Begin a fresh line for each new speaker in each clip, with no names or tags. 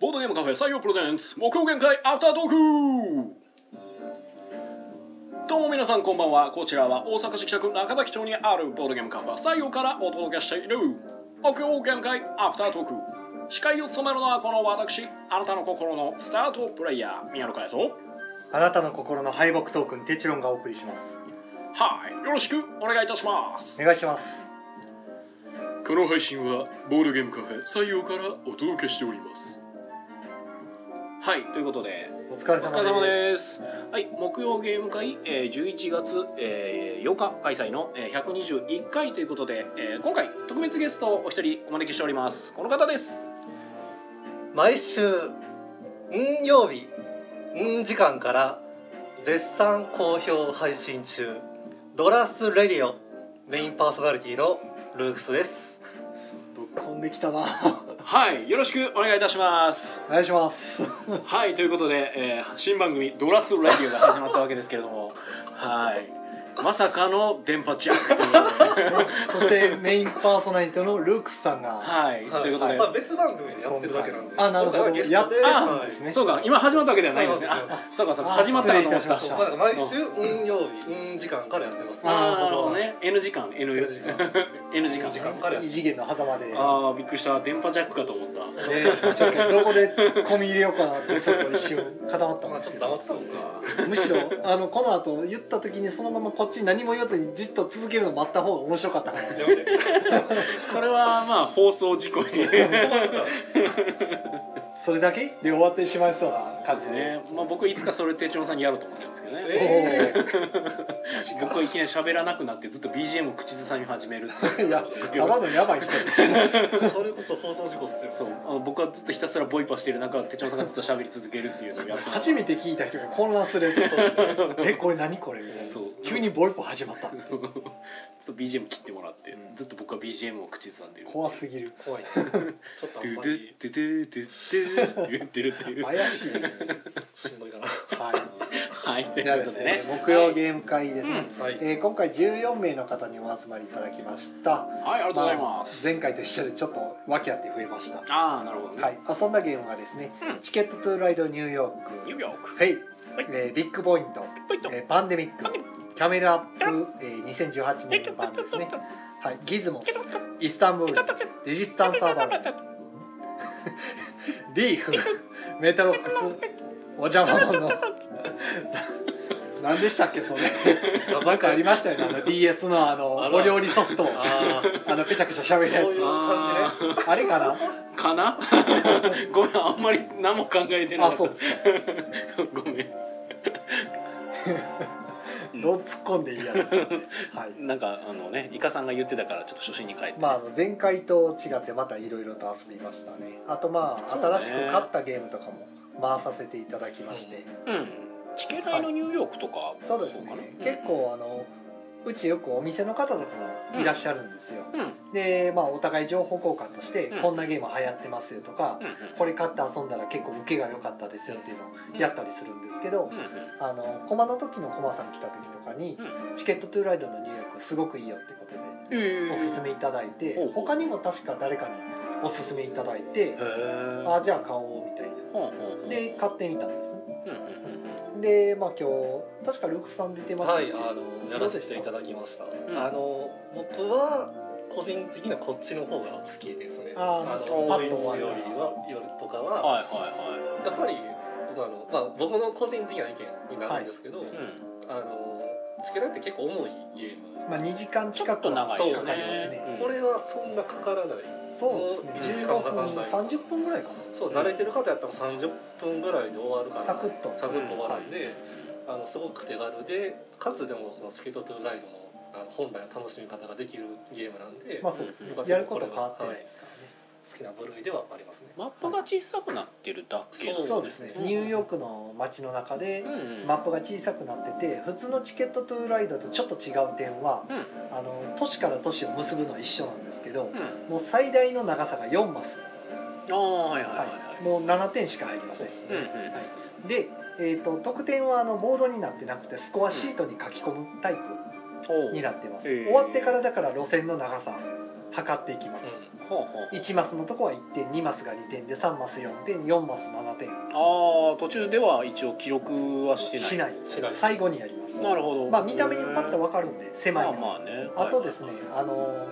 ボードゲームカフェ採用プレゼンツ目標限界アフタートークどうも皆さんこんばんはこちらは大阪市北区中崎町にあるボードゲームカフェ採用からお届けしている目標限界アフタートーク司会を務めるのはこの私あなたの心のスタートプレイヤー宮野佳代と
あなたの心の敗北トークンテチロンがお送りします
はいよろしくお願いいたします
お願いします
この配信はボードゲームカフェ採用からお届けしておりますはいということで
お疲れ
お疲れ
様
様
で
ですす。はい、木曜ゲーム会、えー、11月、えー8日開催の、えー121回ということで、えー今回特別ゲストをお一人お招きしております。この方です。
毎週ん曜日ん時間から絶賛好評配信中ドラスレディオメインパーソナリティのルークスです
ぶっこんできたな
はい、よろしくお願いいたし ます。
お願いします
はい、ということで、えー新番組ドラスラディオが始まったわけですけれど も、はい、まさかの電波ジャックということ で
そしてメインパーソナリティのルークスさんが
はい、ということで
あ、別番組でやってるだけなんで
あなるほど
今回はゲストで
やって
るんですね
そうか、今始まったわけではないんですね。
そうそうそう
あ、そうか、そうか、
あ
始まったかと思った。
失
そう
礼いたし
まあ毎週ん曜日ん時間からやってます
あ
あー
なるほど
ね、N 時間、N
時間
N 時間。
時間からやって
異次元の狭間で
ああびっくりした電波ジャックかと思ったそ
ねちょっとどこで突っ込み入れようかなってちょっと一瞬固まったん
まあ
です
ちょっ
けど、
と黙ってたもんな
むしろあのこの後言った時にそのままこっちに何も言わずにじっと続けるの待った方が面白かったから
やめて
れはまあ放送事故に
それだけで終わってしまいそうな
感
感
じ
じ
で
で、
ね まあ僕いつかそれ手帳さんにやろうと思ってるんですけどね
えー
僕はいきなり喋らなくなってずっと BGM を口ずさみ始めるって
いやただのやばい人ですよ
それこそ放送事故っすよ
そうあの僕はずっとひたすらボイパしてる中手帳さんがずっと喋り続けるっていうのをや って
初めて聞いた人が混乱する えこれ何これみたいな
そう
急にボイポ始まった
ちょっと BGM 切ってもらって、ずっと僕は BGM を口ずさんでる
怖すぎる
怖 いちょっと
ド
あん
ゥ
ま
ドゥ
り
ドゥドゥドゥドゥって言ってるって いうは
怪しいね
しんどいかな
はい
いと
では
いう
で
こ
す
とでね
ね木曜ゲーム会ですね、
はい
えー今回14名の方にお集まりいただきました
はいありがとうございます、
あ前回と一緒でちょっと訳あって増えました
ああなるほどね、
はい遊んだゲームがですね、
うん
チケットトゥーライドニューヨーク
ニューヨーク
フェイ、
はい
えービッグポイント、
ポイント
えーパンデミック
パンデミ
キャメルアップ、えー2018年の版ですねはいギズモスイスタンブールレジスタンサーバーリーフメタロックスお邪魔者の何でしたっけそれなんかありましたよねあの DS のあの
あら
お料理ソフト
あー
あのペチャペチャ喋る
そういう
や
感じね
つあれかな
かな ごめんあんまり何も考えてな
あ
かっ
そうです
た ごめん
どう突っ込んでいいやろはい
なんかあのねイカさんが言ってたからちょっと初心に帰って、
まああの、前回と違ってまたいろいろと遊びましたねあとまあ
そうね
新しく買ったゲームとかも回させていただきまして
うんチケライのニューヨークとか、
そうですね
かな
結構あのうちよくお店の方とかもいらっしゃるんですよ
うんうん
でまあお互い情報交換として
うん
こんなゲーム流行ってますよとか
うん
これ買って遊んだら結構受けが良かったですよっていうのをやったりするんですけど
うんうん
あの駒の時の駒さん来た時とかに
うん
「チケットトゥーライドのニューヨークすごくいいよ」ってことで
え
おすすめいただいて
ほうほう
他にも確か誰かにおすすめいただいて
へ
あじゃあ買おうみたいな
ほうほうほう
で買ってみたんですね
うんうんうん
でまあ今日確かルークさん出てました
は
ね
い、あのやらせていただきました。
ん
あの僕は個人的にはこっちの方が好きですね。
あー
の
パ
パ
ッ
ッ
と
と
終わ
よ
る
りは夜とかは、
はいは
やっぱりあのまあ僕の個人的な意見になるんですけど、
いはいうん
あのチケラって結構重いゲーム。
まあ、2時間近くはかか
ちょ
り
っ
ま
と
す
長いですね
ね
うん
これはそんなかからない。
そう
もう
で
一
すね
時間
15
かかん
分
ない
30分ぐらいかな
そう慣れてる方やったら30分ぐらいで終わるから、
サクッと
サクッと終わるんで、あのすごく手軽で、かつでもこのチケットトゥーライドのあの本来の楽しみ方ができるゲームなんで、
まあそうですね
僕は
や
結
るこ
構
と
れ
は変
は
わってない
は
で
い
すから
好きな部類ではありますね。
マップが小さくなってるだけ
ね
うん
そうですね
うん
ニューヨークの街の中で
うんうん
マップが小さくなってて普通のチケットトゥーライドとちょっと違う点は
うん
あの都市から都市を結ぶのは一緒なんですけど
うん
もう最大の長さが4マス
ああはいはいはい
は、
はいい
もう7点しか入りません
そうです
うんうん
はいで、えー、と得点はあのボードになってなくてスコアシートに書き込むタイプ
ほう
になってます、
うん
終わってからだから路線の長さ測っていきます、
ほうほう
1マスのとこは1点2マスが2点で3マス4点4マス7点
ああ途中では一応記録はしてない
しない
しない
最後にやります
なるほど
まあ見た目にパッと分かるんで狭い
まあ
の、
まあね
あとですね、あの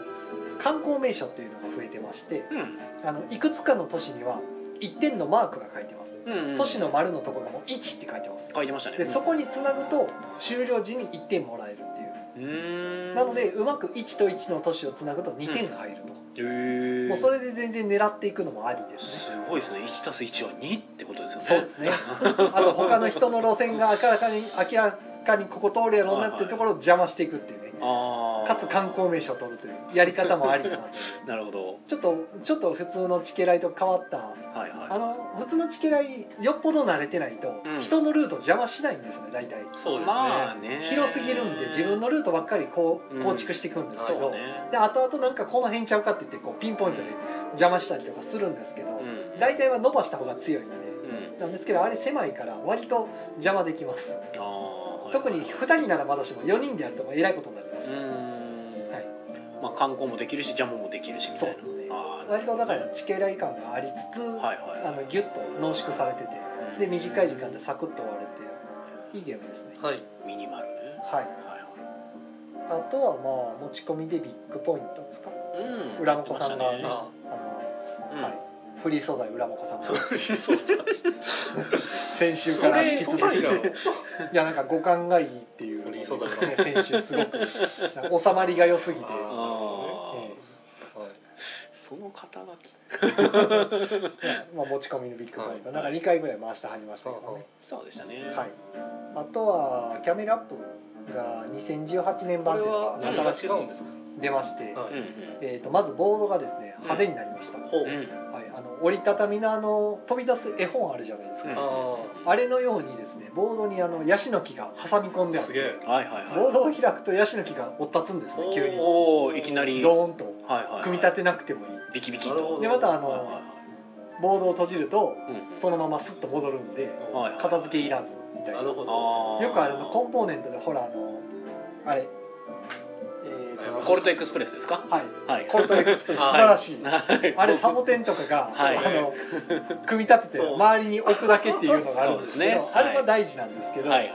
観光名所っていうのが増えてまして
はい
あのいくつかの都市には1点のマークが書いてます、
うん、うん、
都市の丸のところがもう1って書いてます
書いてましたね
でそこにつなぐと終了時に1点もらえるっていう
うーん
なのでうまく1と1の都市をつなぐと2点入ると、
へー
もうそれで全然狙っていくのもありですね
すごいですね 1+1 は2ってことですよね
そうですね あと他の人の路線が明らかに明らかにここ通るやろうなっていうところを邪魔していくっていうね
ああ
かつ観光名所を取るというやり方もありかなと
なるほど
ちょっとちょっと普通のチケライと変わった
はいは
あの普通のチケライよっぽど慣れてないと、
うん
人のルート邪魔しないんですね大体
そうですね、
まあね
広すぎるんで自分のルートばっかりこ
うん
う構築していくんですけ
そ
ど、
うね
で後々なんかこの辺ちゃうかって言ってこうピンポイントで邪魔したりとかするんですけど、
うん
大体は伸ばした方が強いんで、
うん
なんですけどあれ狭いから割と邪魔できます、
あーはい
特に2人ならまだしも4人でやるともうえらいことになりま
う
す、
ーん、
はい
まあ、観光もできるし邪魔もできるしみ
そ
た
う
い
で
な
すね
あー
割とだから地形来感がありつつ、
はいはい
あのギュッと濃縮されてて
うん
で短い時間でサクッと終わるっていういいゲームですね
はい
ミニマルね
はい
は
あとはまあ持ち込みでビッグポイントですか
いはいうん
裏の子さんが
言ってま
あ
あの、
したねうん
はい、フリー素材裏もこさんも
そうさ
先週から引き続きい
なの
やなんか五感がいいっていうの
フ
で
リ
ね
ー素材
先週すごくなんか収まりが良すぎて、
あ
え
ー
え
その肩書き
まあ、持ち込みのビッグポイント、
はい
なんか2回ぐらい回してはりましたけどね、
そうでしたね
はい、あとはキャメルアップが2018年
こ
版っ
れ
ていうの
は何
が
が
新し
違
く
うんですか
出まして、
は
うんう
えー、とまずボードがですね派手になりました、
ほう、
んうん
はい、あの折りたたみのあの飛び出す絵本あるじゃないですか、
あ
あれのようにですねボードにあのヤシの木が挟み込んであ
す
る
げえ
はいはいはい
ボードを開くとヤシの木が折ったつんですね急に
おおいきなりはい
ドーンと
はいはい
組み立てなくてもいい
ビキビキ
なるほ
と
ど
でまた
はい
あ
はい
の
はい
ボードを閉じると
うんうん
そのまますっと戻るんで
はい
片付けいらずみたい
な
な
る
よ
ほど
あー
くあれのコンポーネントでほらあのあれえーと
コルトエクスプレスですか
はい
はい
コルトエクスプレス素
はい
晴らしい
はい
あれサボテンとかが、
はい
あの組み立てて
そう
周りに置くだけっていうのがあるんですけど
そうですね
あれは大事なんですけど
はいはい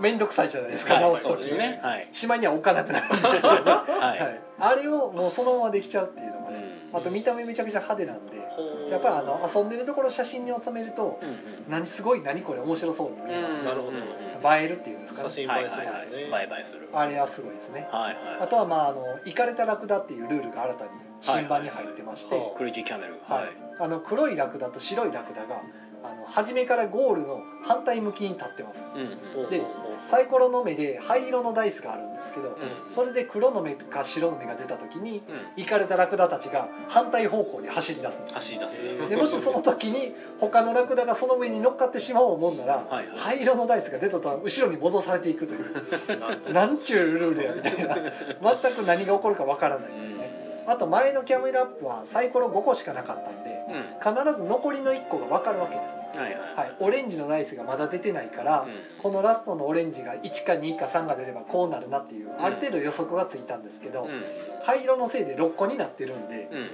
面倒くさいじゃないですか、
は
直
い
す
そ
と
う
き
ですねはい
しまいには置かなくなるんですけど、
は
はいい、あれをもうそのままできちゃうっていうのが、ね
うん
あと見た目めちゃくちゃ派手なんで
ほう
やっぱりあの遊んでるところを写真に収めると
うんうん
何すごい何これ面白そうに見えます、
うん
なるほど
うん
映えるっていうんですか
写
ね
真
は
映
い
え
は
す
いは
るんですね
いバイバイするはい
あれはすごいですねあ
は
とはまああの「イカれたラクダ」っていうルールが新たに新版に入ってまして、
はいはい
いクレイジーキャメル
は
はいい
あの黒いラクダと白いラクダがあの初めからゴールの反対向きに立ってます、
うんうん
でサイコロの目で灰色のダイスがあるんですけど、それで黒の目か白の目が出た時に
うん
イカれたラクダたちが反対方向に走り出すんです
走り出す
えー
でもしその時に他のラクダがその上に乗っかってしまおうもんな
は
ら、
いはい
灰色のダイスが出た途端後ろに戻されていく という
うんなんと
なんちゅうルールやみたいな全く何が起こるかわからないんでね、あと前のキャメルアップはサイコロ5個しかなかったんで
うんうん
必ず残りの1個が分かるわけです、
はい
は、
はい
オレンジのダイスがまだ出てないから、
い
このラストのオレンジが1か2か3が出ればこうなるなっていうある程度予測がついたんですけど、
うんうん
灰色のせいで6個になってるんで
うん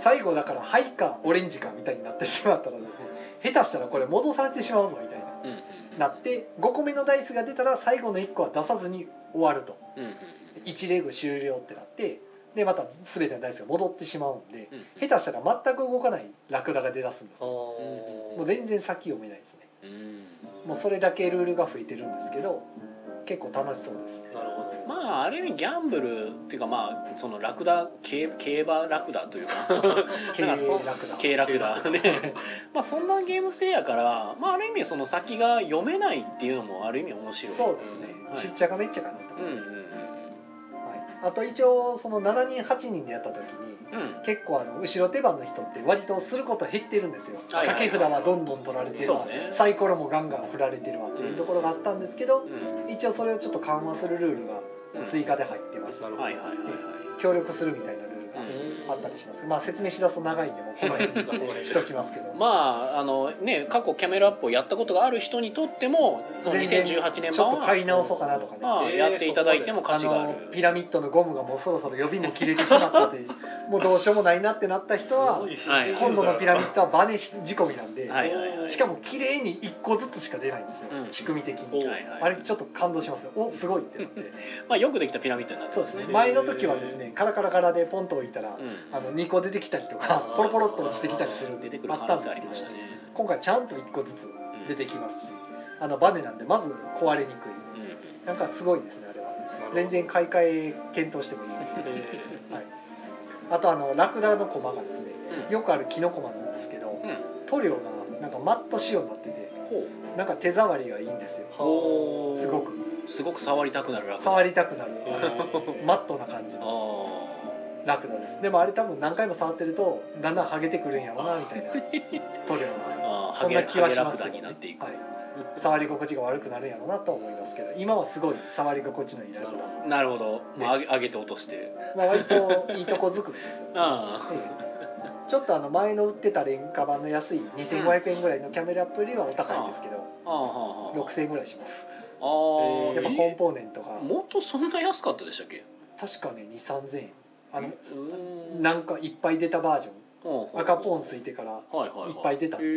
最後だから灰かオレンジかみたいになってしまったらですね下手したらこれ戻されてしまうぞみたいな
うん
なって5個目のダイスが出たら最後の1個は出さずに終わると
うんうん
1レーグ終了ってなってでまた全てのダイスが戻ってしまうんで
うん
下手したら全く動かないラクダが出だすんです
あー
もう全然先読めないですね
うん
もうそれだけルールが増えてるんですけど結構楽しそうです
なるほど
まあある意味ギャンブルっていうかまあそのラクダ競競馬ラクダというか
経営
なんかそう
ラクダ
軽落だねまあそんなゲーム性やから、まあ、ある意味その先が読めないっていうのもある意味面白い
そうですね、
はい
しっちゃかめっちゃかなと、
うんうんうん
はい、あと一応その7人8人でやった時に
うん
結構あの後ろ手番の人って割とすること減ってるんですよ
はいはい
掛け札はどんどん取られてる
そ
わ、
うね
サイコロもガンガン振られてるわっていうところがあったんですけど
うん
一応それをちょっと緩和するルールが
うん
追加で入ってました、
なるほど
はいはいはいはい
協力するみたいなルールがが
うん
あったりします、まあ説明しだすと長いんでもうこの辺にしときますけど
まああのね過去キャメルアップをやったことがある人にとってもその
全然
2018年
ちょ
版
っと買い
は
直そうかなとかね、
まあ
えー
やっていただいても価値がある
のピラミッドのゴムがもうそろそろ予備も切れてしまったってもうどうしようもないなってなった人は
はい
今度のピラミッドはバネし仕込みなんで、
はいはいはい
しかも綺麗に1個ずつしか出ないんですよ、
うん
仕組み的に、
はいはい
あれちょっと感動しますよおすごいってなって
まあよくできたピラミッドになって
そう
ま
ですす
ね
ね前の時はですねカラカラカラでポンと置いたら、
うん
あの2個出てきたりとかポロポロっと落ちてきたりする
出てく
あ
る
っ
可
たん
能性あり
で
ますし
け
た
ど
ね
今回ちゃんと1個ずつ
うん
出てきますし、あのバネなんでまず壊れにくい
うんうん
なんかすごいですねあれは
ほど
全然買い替え検討してもいい、は
え
い、あとあのラクダのコマがですね、
うん
よくあるキノコマなんですけど
うん
塗料がなんかマット仕様になってて
ほ
なんか手触りがいいんですよ
うほう
すごく
すごく触りたくなるラクダ
触りたくなる
ー
マットな感じ
あ
の
ー
ラクダですでもあれ多分何回も触ってるとだんだんハゲてくるんやろうなみたいな塗料が
あーハ
そん
ゲ
な気は
ハ
し
ゲ
ま
ラク
す
ダ
けど、
に
ね
なっていく、
はい、触り心地が悪くなるんやろうなと思いますけど今はすごい触り心地のいいラクダ、
なるほど、まあ、上
で
げ
す
上げて落として
まあ、割といいとこづくですよ
あ
え えちょっとあの前の売ってた廉価版の安い2500円ぐらいのキャメラアップよりはお高いですけど
ーあーはーはー
6000円ぐらいします
あー
やっぱコンポーネントが
えもっとそんな安かったでしたっけ
確かね23000円あの
うん
なんかいっぱい出たバージョ
ほうほう
ン赤ポーンついてからだか
はいはいはい
っぱい出たんで
へ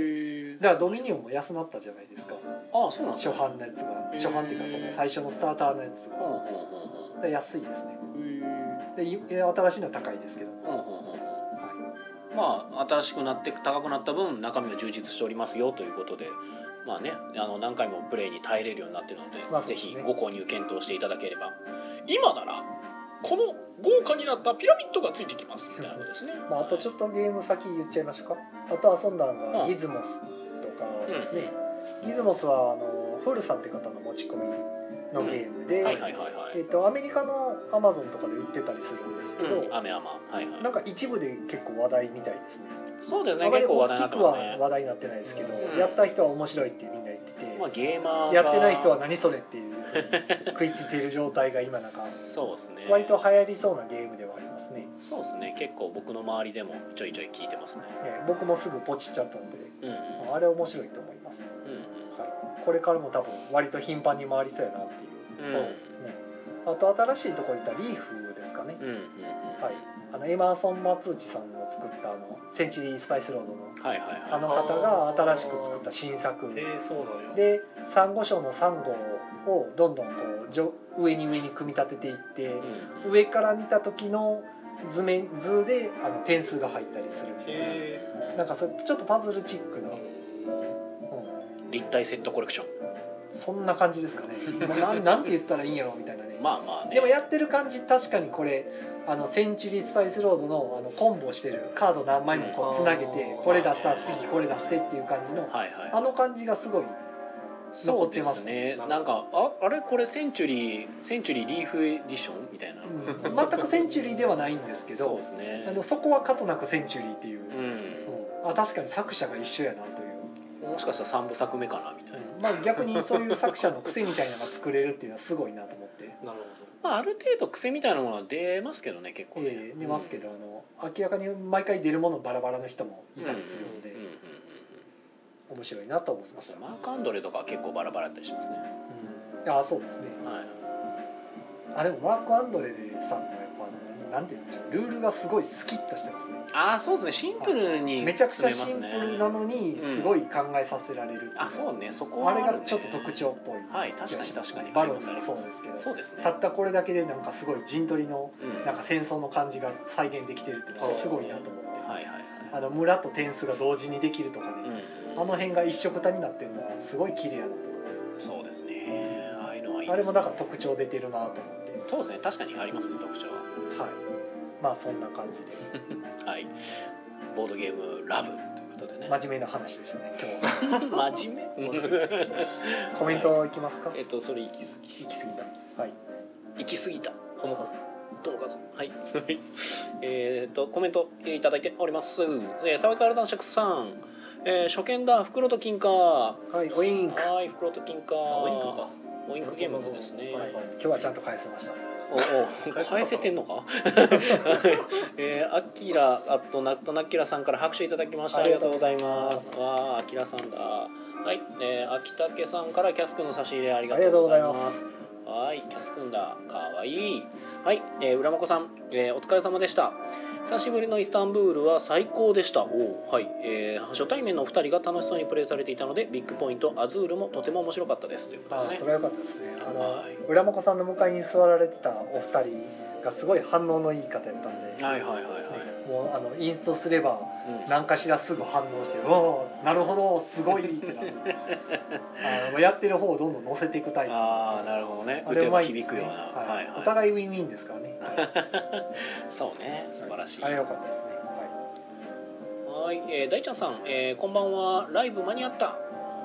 え
らドミニオンも安なったじゃないですか
ああそうなんです
初
ね
版のやつが初版っていうかその最初のスターターのやつ
ほうほうほ
が
うほう
で安いですね
へ
でい新しいのは高いですけど
えほうほうほうほうまあ新しくなって高くなった分中身は充実しておりますよということでまあねあの何回もプレイに耐えれるようになってるので、
まあそう
ぜ
ですね
ひご購入検討していただければ今ならこの豪華になったピラミッドがついてきますみたいなことですね、
まあ、あとちょ
っ
っとゲーム先言っちゃいましょうかあと遊んだの
う
が
ん
ギズモスとかですね、ギズモスはあのフルさんって方の持ち込みのゲームで、
とはいはいはいはい
えっとアメリカのアマゾンとかで売ってたりするんですけど、
うん、雨雨はいは
なん
い
か一部で結構話題みたいですね
そうです
あ
ね
まり
結構話題に
大
なっ
き
て
く
ます
は
ね
話題になってないですけど、
うん
やった人は面白いってみんな言ってて、
まあゲーマーが
やってない人は何それっていうふうに食いついている状態が今なんか
そうですね
割と流行りそうなゲームではありますね
そうですね結構僕の周りでもちょいちょい聞いてますね
ね僕もすぐポチっちゃったので
うんうん
あれ面白いと思います
うん
はいこれからも多分割と頻繁に回りそうやなっていう本ですね、あと新しいとこ行ったリーフですかね、
うんうんうんうん
はいあのエマーソン・松内さんの作ったあの「センチュリー・スパイス・ロードの」
はいはいはい
あの方が新しく作った新作
えー、そうなんや
でサンゴ礁のサンゴをどんどんこう上上に上に組み立てていって
うんうん
上から見た時の図面図であの点数が入ったりするみたいな
へ
なんかそれちょっとパズルチックな、う
ー
ん、
立体セットコレクショ
そんな感じですかねななんて言ったらいいんやろみたいなね
ンまあまあね
でもやってる感じ確かにこれあのセンチュリー・スパイス・ロードのあのコンボしてるカード何枚もこうつなげて
うん
これ出したら次これ出してっていう感じの
はいはい
あの感じがすごい
そ
残
う
って
で
ますす
ね
ね
なんかああれこれセンチュリーセンチュリーリーフエディションみたいな
うん全くセンチュリーではないんですけ
そう
ど
です
あ
ね
のそこはかとなくセンチュリーっていう、
う
うんあ確かに作者が一緒やなという、
んもしかしたら三部作目かなみたいな
まあ、逆にそういう作者の癖みたいなのが作れるっていうのはすごいなと思って。
なる
まあある程度癖みたいなものは出ますけどね結構
え
ね
え出ますけど、あの明らかに毎回出るものバラバラの人もいたりするので、
うんうんうんうん
面白いなと思いました、
マーク・アンドレとかは結構バラバラだったりしますね
ああそうですね
はい
あでもマーク・アンドレさんもやっぱあのなんて言うんでしょうルールがすごいスキッとしてますね
ああそうですねシンプルに
めちゃくち
進
ゃ
めま
シ
す
ンプ
ね
ルなのに
うん
すごい考えさせられる、
あそうねそこは
あれ
るね
がちょっと特徴っぽい、
はい確かに確かに
バロンも
あります
そうですけど
そうですね
たったこれだけでなんかすごい陣取りの
うん
なんか戦争の感じが再現できてるっていうのがすごいなと思って、
はいはい
あの村と点数が同時にできるとかね、
はい、
あの辺が一緒くたになってるのはすごい綺麗やなと思って
うん、そうですねああいうのはいい
あ
で
れ
す
もなんか特徴出てるなと思って
そうですね確かにありますね特徴
はいまあそんな感じで
ははいボードゲームラブということでね、
真面目な話でしたね今日は
真面 目
コメントいきますか
えっとそれ行き過
行き過ぎたはい
ぎ行き過ぎた
ほど友和
ともかずはい えーっとコメントえーいただいております、えー、沢井から男爵さん、えー、初見だ袋と金貨
はいウインク
はい袋と金貨
あウインクか
オインクゲームズですね。
はい今日はちゃんと返せました
おお 返せてんのかえー、アキラあとなとなきらさんから拍手いただきましたあ
あ
り
り
が
が
と
と
う
う
ご
ご
ざい
ざい
ま
ます
すわああきらさんだはいえー、秋竹さんからキャス君の差し入れありがとうございますはいキャス君だかわいいはい、えー、浦真子さん、えー、お疲れ様でした久しぶりのイスタンブールは最高でしたおーはい、えー、初対面のお二人が楽しそうにプレイされていたのでビッグポイントアズールもとても面白かったですということ
あ
で
あ
ね
それは良かったですねあの
はい
浦真子さんの向かいに座られてたお二人がすごい反応のいい方やったんで、
はいはいはいはい、
もうあのインストすれば
うん
何かしらすぐ反応して「うわあなるほどすごい」って なるあのやってる方をどんどん乗せていくタイプ
ああなるほどね
あれ
腕
う
も
まいで
響
す
くよ
ね
うな、はい
お
はい
互いウィンウィンですからね
そうね素晴らしい
あれ
は
良かったですねはい
い、えー、大ちゃんさん、えー、こんばんはライブ間に合った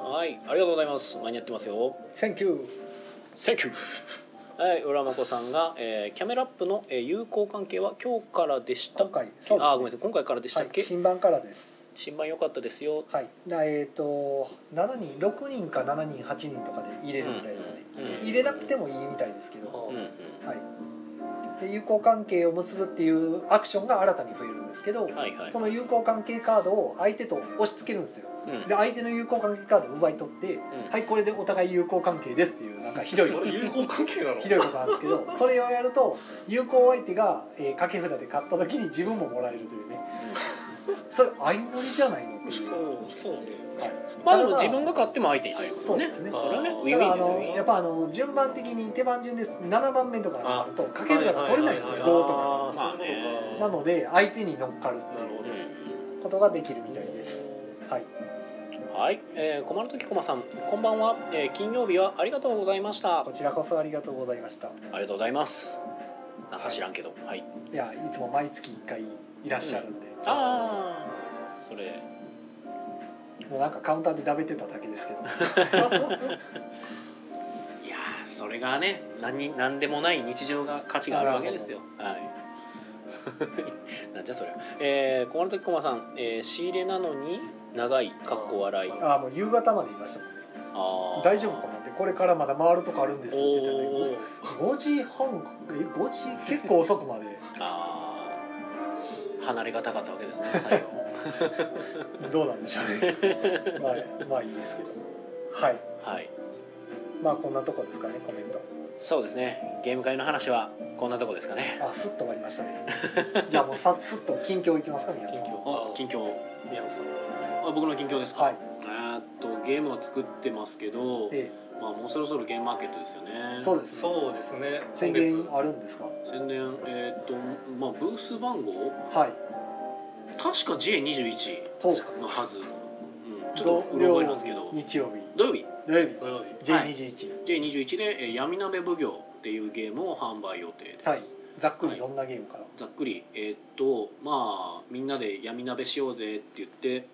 はいありがとうございます間に合ってますよ
「センキュー
Thank you はい浦真子さんが、えー、キャメラップの、えー、友好関係は今日からでした
今
っ
回
け
そうですね
あーごめんなさい今回からでした
は
っけ、
い、新版からです
新版良かったですよ
はいなえっ、と7人6人か7人8人とかで入れるみたいですね、
うんうん
入れなくてもいいみたいですけど、
うんうん
はい、で友好関係を結ぶっていうアクションが新たに増えるんですけど、
はいはい
その友好関係カードを相手と押し付けるんですよ
うん
で相手の友好関係カードを奪い取って、
うん
はいこれでお互い友好関係ですっていうなんかひどい
それ友好関係なの
ひどいことなんですけどそれをやると友好相手が、えー掛け札で買った時に自分ももらえるというねそれ相乗りじゃないのっていう、
そうそうね
はい、
まあでも自分が買っても相手に入るんですよね
そうですね
それはねウ
あー
ィンウィンですよ
ただあのやっぱあの順番的に手番順です7番目とかになると掛け
る
札が取れないんですよ5とか。
まあね
なので相手に乗っかるって
なる
い
ほ
う
ど
ことができるみたいです。はい。
はい、えー、駒の時駒さん、こんばんは、えー、金曜日はありがとうございました。あ
こちらこそありがとうございました。
りがとうございます。なんか知らんけど、はい。
いやいつも毎月1回いらっしゃるんで、
ああ、それ、
もうなんかカウンターでだべてただけですけど。
いやーそれがね、何に何でもない日常が価値があるわけですよ。はい。 なんじゃそれ。えー、駒の時駒さん、えー、仕入れなのに長いかっこ笑い。あ
ああもう夕方までいましたもんね。
あー、
大丈夫かなってこれからまだ回るとこあるんですって言ってた
お
ね。
お。
5時半え5時結構遅くまで
ああ、離れがたかったわけですね。最後。
どうなんでしょうね。まあまあいいですけど。はい。
はい。
まあこんなとこですかねコメント。
そうですね。ゲーム会の話はこんなとこですかね。
あすっと終わりまし たね。じゃあもうさすっと近況いきますか宮本さん。
あ近況宮野さんあ僕の近況ですか、
はい。
えーっとゲームは作ってますけど、
え
まあ、もうそろそろゲームマーケットですよね
え、そうですね。
そうですね
宣
今月
言あるんですか。
宣伝えーっと、まあ、ブース番号
はい。
確か J21
そう
のはず、うん、ちょっとうろ覚えなんですけど
日曜日、
土曜日
土曜日、
土曜日
J21。
J21 でえー「闇鍋奉行」っていうゲームを販売予定です、
はい。ざっくりどんなゲームから。
ざっくりえーっとまあみんなで闇鍋しようぜって言って、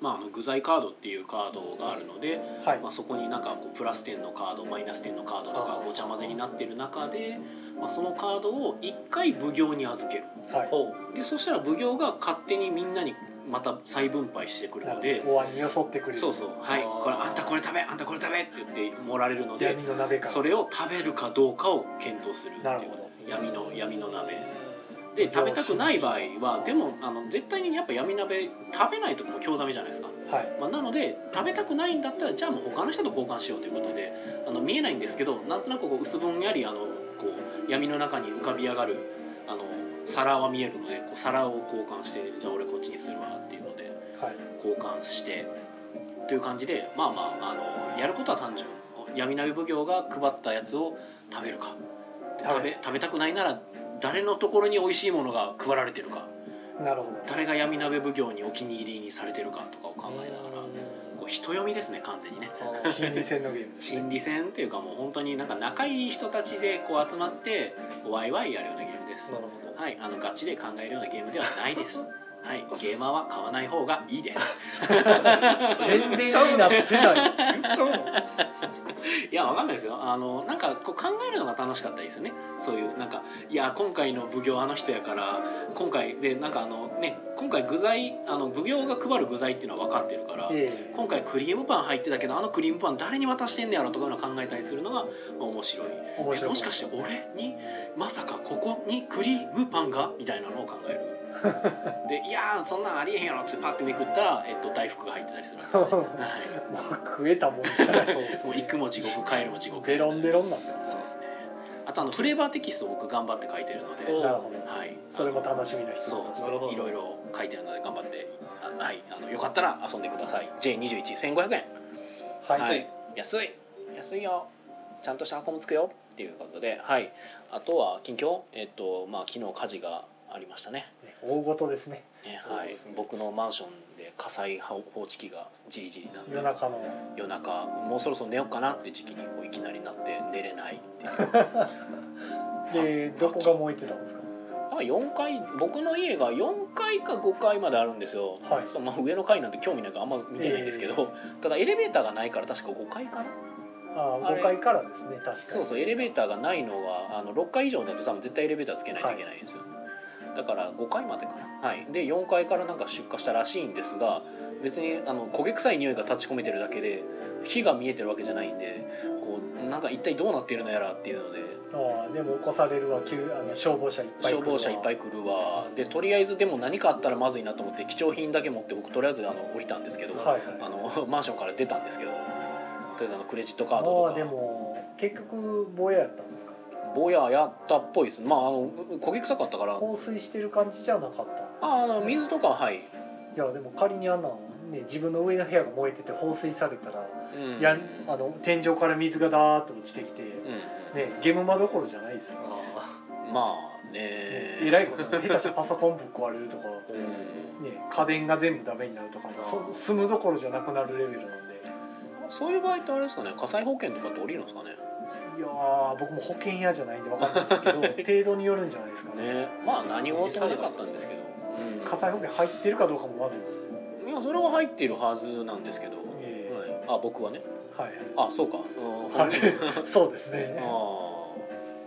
まあ、あの具材カードっていうカードがあるので
はい
ま。あ、そこになんかこうプラス10のカードマイナス10のカードと
あ
か
ー
ごちゃ混ぜになってる中で、まあ、そのカードを1回奉行に預ける
はい。
ほ
でそしたら奉行が勝手にみんなにまた再分配してくる
な
の
の
で
で、お椀によそってくれる。
そうそう「はい
あー
これあんたこれ食べあんたこれ食べ」って言ってもられるので
闇の鍋から。
それを食べるかどうかを検討するって
なる
いう
ほど
闇の闇の鍋
う
で食べたくない場合はでもあの絶対にやっぱ闇鍋食べない時も興ざめじゃないですか
はい。
まあ、なので食べたくないんだったらじゃあもう他の人と交換しようということであの見えないんですけどなんとなくこう薄ぼんやりあのこう闇の中に浮かび上がるあの皿は見えるのでこう皿を交換してじゃあ俺こっちにするわっていうので
はい。
交換してという感じでまあまああのやることは単純闇鍋奉行が配ったやつを食べるかで食べ食べたくないなら誰のところに美味しいものが配られてるか
なるほ
誰が闇鍋奉行にお気に入りにされてるかとかを考えながら。こう人読みですね完全にね
ど。心理戦のゲームですね。
心理戦っていうかもう本当になんか仲いい人たちでこう集まってワイワイやるようなゲームです
なるほ
はいあのガチで考えるようなゲームではないですはいゲーマーは買わない方がいいです
宣伝になってない。
ど言っちゃうの
いやわかんないですよあのなんかこう考えるのが楽しかったりですよねそういうなんかいや今回の奉行あの人やから今回でなんかあのね今回具材あの奉行が配る具材っていうのは分かってるから、
え
今回クリームパン入ってたけどあのクリームパン誰に渡してんねやろとかいうのを考えたりするのがまあ面白い
え面白い
もしかして俺にまさかここにクリームパンがみたいなのを考える でいやーそんなんありえへんやろってパッてめくったら、えっと、大福が入ってたりするわけです ね、
もう食えたもんじゃ
は
な
いい、そうそうもう行くも地獄帰るも地獄
デロンデロンなんだ
そうですねあとあのフレーバーテキストを僕頑張って書いてるので、
なるほど
はい、
それも楽しみの一つ
そ
として
るほ
う
ど
いろいろ書いてるので頑張ってあはいあのよかったら遊んでください J211500 円
はい、
はい、安い安いよちゃんとした箱もつくよっていうことで、はい、あとは近況えっとまあ昨日火事がありましたね
大事ですね
ねは
そう
い
ですね
僕のマンションで火災報知器がじりじりなんで
夜中の
夜中もうそろそろ寝ようかなって時期にこういきなりなって寝れないっていう
でどこが燃えてたんですか
あ4階僕の家が4階か5階まであるんですよ、
はい
そうまあ、上の階なんて興味ないからあんま見てないんですけど、ただエレベーターがないから確か5階かな
あ
あ
あ
れ
5階からですね確かに
そうそうエレベーターがないのはあの6階以上だと多分絶対エレベーターつけないといけないんですよ、だから5階までかなはいで4階からなんか出火したらしいんですが別にあの焦げ臭い匂いが立ち込めてるだけで火が見えてるわけじゃないんでこうなんか一体どうなってるのやらっていうので
ああでも起こされるわ救あの消防車いっぱい来る
消
わ
防車いっぱい来るわでとりあえずでも何かあったらまずいなと思って貴重品だけ持って僕とりあえずあの降りたんですけど、
はい
あ
はい
の マンションから出たんですけどとりあえずあのクレジットカード
あ
と
あで
か
も結局坊ややったんですか
ぼややったっぽいですまああの焦げ臭かったから
放水してる感じじゃなかっ
ああの水とかははい、
たいやでも仮にあんなのね自分の上の部屋が燃えてて放水されたら、
うん、
や
うん
あの天井から水がダーッと落ちてきて、
うん
ねゲムマどころじゃないですよ、ね
あ
まあね
えらいことに下手したらパソコンぶっ壊れるとか、
う
ね、
ん、
家電が全部ダメになるとかそ住むどころじゃなくなるレベルなんで
そういう場合ってあれですかね火災保険とかって降りるんですかね
いやー僕も保険屋じゃないんで分かんないですけど程度によるんじゃないですかね
ねまあ何事もなかったんですけど、うん
火災保険入ってるかどうかもまず、
いやそれは入っているはずなんですけど、
ええ
はい、あ僕はね
はい
あそうか、うん
は
本
い
人あ
そうですね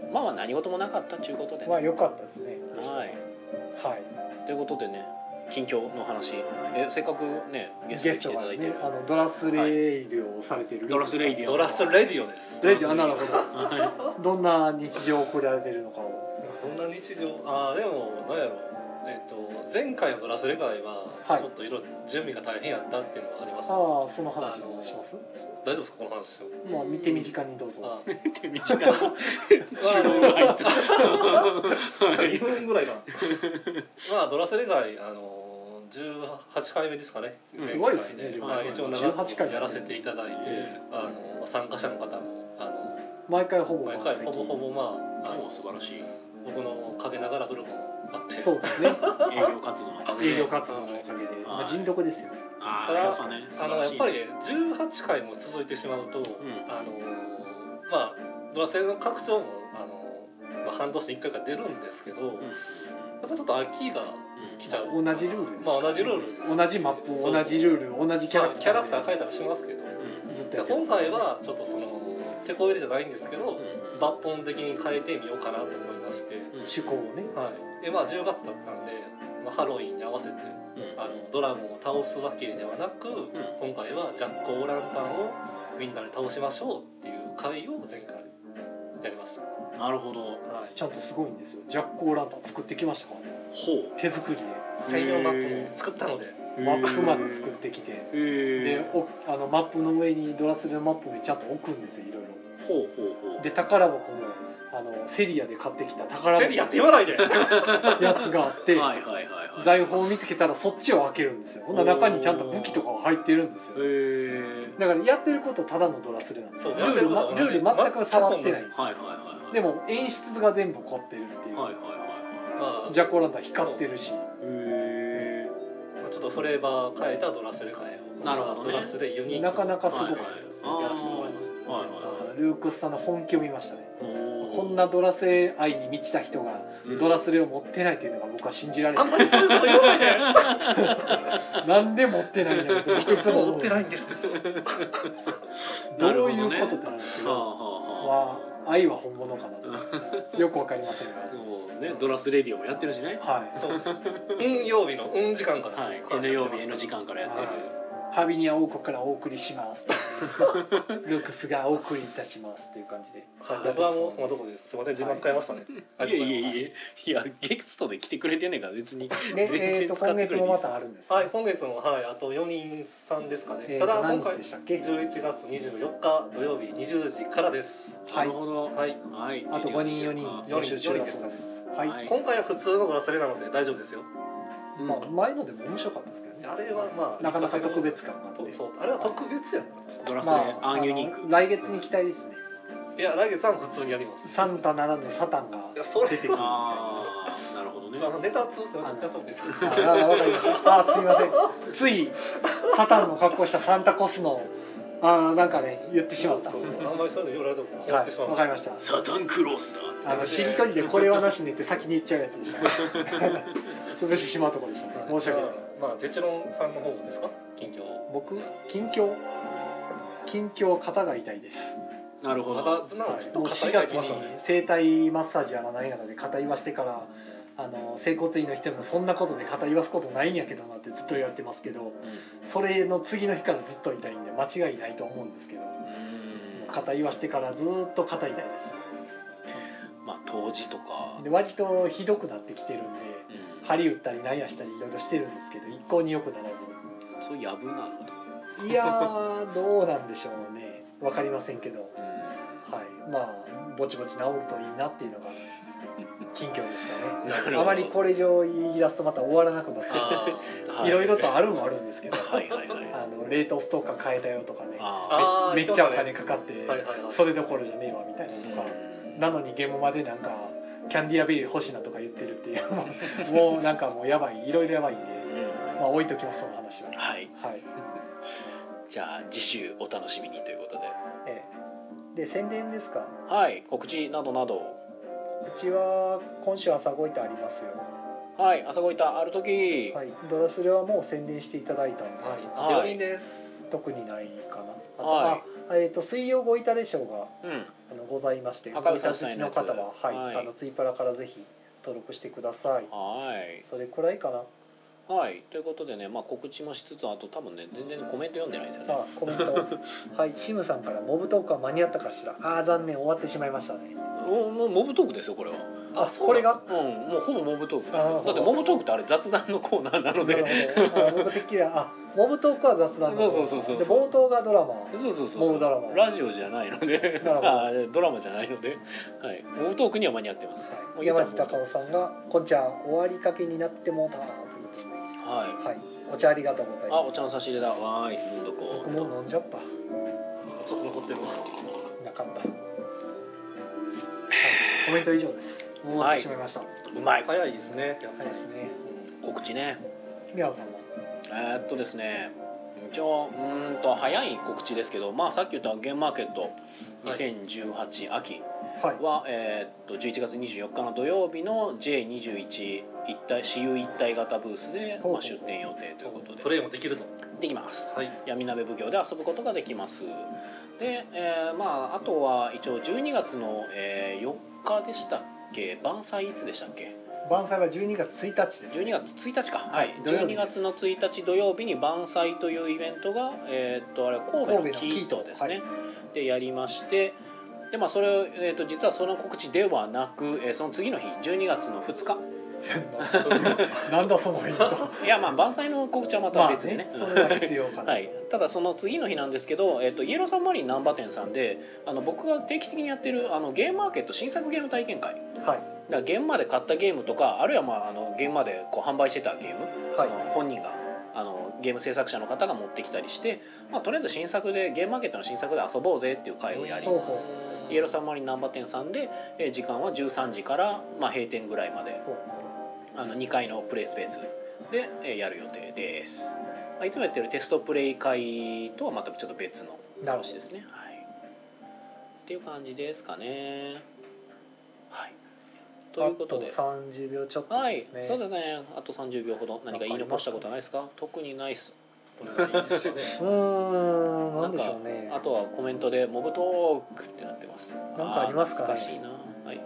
ーまあまあ何事もなかったっちゅうことで、
まあ良かったですね
はい
はい
ということでね近況の話えせっかくねゲスト
ゲ
に来
ス
て
ト
い
が
ただいて
ね
る、
あのドラスレイディオをされてる
ドラスレイディ
ー
オ
ドラスレディオです
レイディオあなるほどどんな日常を送られてるのかを
こんな日常ああでもなんやろえっ、と前回のドラスレ会は
はい
ちょっといろいろ準備が大変やったっていうのがありました、
ああその話もします
大丈夫ですかこの話しても
まあ見て身近にどうぞ
あ
って短い収録が入ってた
あ2分ぐ らいかなまあドラスレ会あの18回目ですかね
うん
すごいですね
前
でも
回まあ一応
18
長
回
くやらせていただいて、あの参加者の方もあの
毎回ほぼ
毎
満
回
席
ほぼほぼまああ
もう
の
素晴らしい
僕の陰ながら努力もあって
そうですね
営業活動のためで
営業活動のおかげで、まあ、人徳ですよね
あ
た
あ
だ
やっぱね素
あ
晴
の
ら
やっ
しい
ぱりね18回も続いてしまうと、あのまあドラセルの拡張もあの、まあ、半年に1回から出るんですけど、
うん
やっぱりちょっと秋が
うん
来ちゃう、
同じルールです、
まあ同じルールです
同じマップ
そう
同じルール同じキャラ
ま
クター
あキャラクター変えたりしますけど、
うんうん
ずっと
で
やってます
今回はちょっとその手こ入れじゃないんですけど、
うん
抜本的に変えてみようかなと思いまして、
うん
趣向をね
はいでまあ10月だったんで、まあ、ハロウィンに合わせて
うん
あのドラゴンを倒すわけではなく、
ん
今回はジャック・オーランタンをみんなで倒しましょうっていう会を前回やりました、
なるほど
はい、
ちゃんとすごいんですよジャック・オーランタン作ってきましたからね
ほ
手作りで
専用マップも作ったので、
う
マップまで作ってきて
へー
でおあのマップの上にドラスレのマップにちゃんと置くんですよいろいろ
ほうほうほう
で宝箱もあのセリアで買ってきた宝
セリやって
箱
言わないで
のやつがあって
はいはいはいはい
財宝を見つけたらそっちを開けるんですよほんなら中にちゃんと武器とかは入ってるんです
へ
よ
え
だからやってることただのドラスレなんです
そう
ル
やって
ー
る
ル
こと
ま
は同
ルー
じ
ル全く触ってない
全く同
はいはいはいはい
でも演出が全部凝ってるっていう、
はいはいはい
じまあ
ジャコランタン光ってるし
へ
ちょっとフレーバー変えたドラスレ変えを
なるほどね
ドラスレユニーク
なかなか
す
す
ご
ご
い
い、
はいあー
やらせてもらいました
はい
あ
は
ールークスさんの本気を見ましたね
いはい
こんなドラセ愛に満ちた人がドラスレを持ってないっていうのが僕は信じられ
あ
なんい
まりそういうこと言わないで
なんで持ってないんだろうって
一つも
思
売
う
ってないんです
どういうことってなんですけ
はあは
ど
あは
は愛は本物かなとよくわかりませんが
あもうねドラスレディオもやってるしね
はい
そう運曜日の運時間から、
はい N 曜日 N 時間からやってる
はいハビニア王国からお送りします。ルクスがお送りいたしますっていう感じで。
はい僕はもうそのとこですすいません時間使いましたね、あ
い
り
やい
がとうござ
や
います
いやいやゲストで来てくれてんねんから別に
で、
全然
えー、と
使っ
今
てくれ
月
ていい
も
っ
ますたあるんです。
はい、。今月の、はい、あと4人さんですかね、
えー
ただ
何
今
日
回
でしたっけ
11月24日土曜日20時からです
は
ないる。ほど
はい
はい
あと5人4人
四
募
人
集中だそう
四
で
人ですす。
はい。
はい
今回は普通のドラスレなので大丈夫ですよ
うん
まあ前のでも面白かったですけどね。
あれはまあ
なかなか特別感があって。
そうそうあれは特別やな
ドラスレ
まあ
アンユニーク
あの来月に期待ですね。
いや来月は普通にやります
サンタならぬサタンが
いやそれ
出てくるみたいな。
ああなるほどね
あのネタ通すのやったと思うんですけど
あーわかりました。あーすみません。ついサタンの格好したサンタコスのあーなんかね言ってしまった。
そう
は
あんまりそういうの言われると
い。
やってしまう、
わかりました。
サタンクロースだって
あのしりとりでこれはなしねって先に言っちゃうやつで した、ね、潰してしまうところでしたね申し訳ない
まあまあテチロンさんの方ですか近況
僕近況近況肩が痛いです、
なるほ
ま
ど、
たなんかずっ
はい、
と
もう
語
4
り合い
月
てましたね
に整体マッサージやらない中で肩言わしてからあの整骨院の人にもそんなことで肩言わすことないんやけどなってずっと言われてますけどそれの次の日からずっと痛いんで間違いないと思うんですけど
うん
肩言わしてからずっと肩痛いで
まあ当時とか
すで割とひどくなってきてるんで
うん
針打ったり何やしたりいろいろしてるんですけど一向によくならず
そうやぶなのと
いやー どうなんでしょうねわかりませんけどはいまあぼちぼち治るといいなっていうのが近況ですか
なるほ
ね
ど
あまりこれ以上言い出すとまた終わらなくなって
あ
はい
ろいろとあるもあるんですけど
はいはいはい
あの冷凍ストッカー変えたよとかね
あ
ー
めっちゃお金かかって
はいはいはい
それどころじゃねえわみたいな
ー
と
う
か
ん
なのにゲームまでなんかキャンディアベリー欲しいなとか言ってるっていうもうもうなんかもうやばいいろいろやばいんで
うん
まあ置いときますその話は
はい
はい
じゃあ次週お楽しみにということで
ええで宣伝ですか
はい告知などなど
うちは今週朝ごいてありますよ
はい朝ごいたある時、
はいドラスレはもう宣伝していただいたんで、
はい病院です
特にないかなあと、
はい
あえー、と水曜ごいたでしょうが
うん
あのございまして
赤
ご
い
いた
サ
好
ス
き
テイの
の
やつ
方は、はい
はい
あのツイパラからぜひ登録してください
はい
それくらいかな、
はいということでね、まあ、告知もしつつあと多分ね全然コメント読んでないんだよね、
まあ、コメ ントはいシムさんから「モブトークは間に合ったかしらあー残念終わってしまいましたね
おもうモブトークですよこれは
あこれが
うんもうほぼモブトークです
あなる
よ
ほ
だ
ど
ってモブトークってあれ雑談のコーナーなの
なる
で
ほどあ僕的にはあモブトークは雑談の
そうそうそうそう
で冒頭がドラマ
そうそうそうそ
モブドラマ
うラジオじゃないので
なるほど
あドラマじゃないので、はい、モブトークには間に合ってます、も
は
う
い、
言うた
山
ら
地隆夫さんが「こんちゃん終わりかけになってもうた」ということで、
は
はい、お茶ありがとうござ
い
い
あ
ま
お
す
茶の差し入れだわーい飲んどこ
僕もう飲んじゃった
ちょっと残ってるわ
な かった、はい、コメント以上ですもう終わってしまいました、
ううまい
早いですねやっぱ
早いですね
告知ね
宮野さんも
えーっとですね一応うーんと早い告知ですけど、まあ、さっき言ったゲームマーケット2018秋
はい
は、えーっと11月24日の土曜日の J21 一体私有一体型ブースで、
ほうほう
まあ、出店予定ということで
プレイもできると
できます
はい
闇鍋奉行で遊ぶことができますで、えーまああとは一応12月の、えー4日でしたっけ晩祭いつでしたっけ
晩祭は12月1日 です
12月1日かはい
土曜日
12月の1日土曜日に晩祭というイベントがえーっとあれ神戸の
神戸の
キ
キ
ー
ート
トですね、でやりましてでまあそれを、えーっと実はその告知ではなく、えーその次の日12月の2日
なんだそのイント
いやまあ晩祭の告知はまた
まあ
別でね,
ね
うん、
それは必要かな、
はい、ただその次の日なんですけど、えっとイエローサンマリン難波店さんであの僕が定期的にやってるあのゲームマーケット新作ゲーム体験会だか
はい
ら現場で買ったゲームとかあるいは、まあ、あの現場でこう販売してたゲーム、その本人があのゲーム制作者の方が持ってきたりして、まあ、とりあえず新作でゲームマーケットの新作で遊ぼうぜっていう会をやり
ほう
ま
ほ
す。イエローサンマリン難波店さんで、えー時間は13時から、まあ、閉店ぐらいまで
ほう
あの2階のプレイスペースでえーやる予定です、まあいつもやってるテストプレイ会とはまたちょっと別の
なるほ
推し
ど
ですねはいっていう感じですかねはいということで
あと30秒ちょっと
はい
ですね、
そうですねあと30秒ほど何か言い残したことないですか特にないっす
うーんなんでし
か
ょうね
あとはコメントで「モブトーク」ってなってますなん
かありますかね
難しいなはい、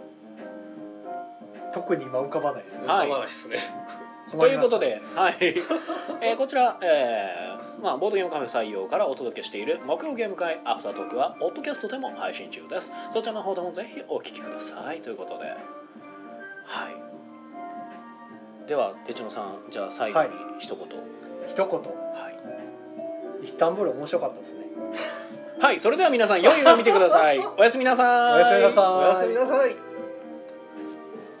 特に今浮かばないですね
はい
浮かばないですね
ということで、はい えーこちら、えーまあ、ボードゲームカフェ採用からお届けしている木曜ゲーム会アフタートークはポッドキャストでも配信中ですそちらの方でもぜひお聞きくださいということではいでは手野さんじゃあ最後に
は
一言
一
はい、
言イスタンブール面白かったですね
はい、それでは皆さん良い夢を見てくださいおやすみなさ
おやすみなさい
おやすみなさい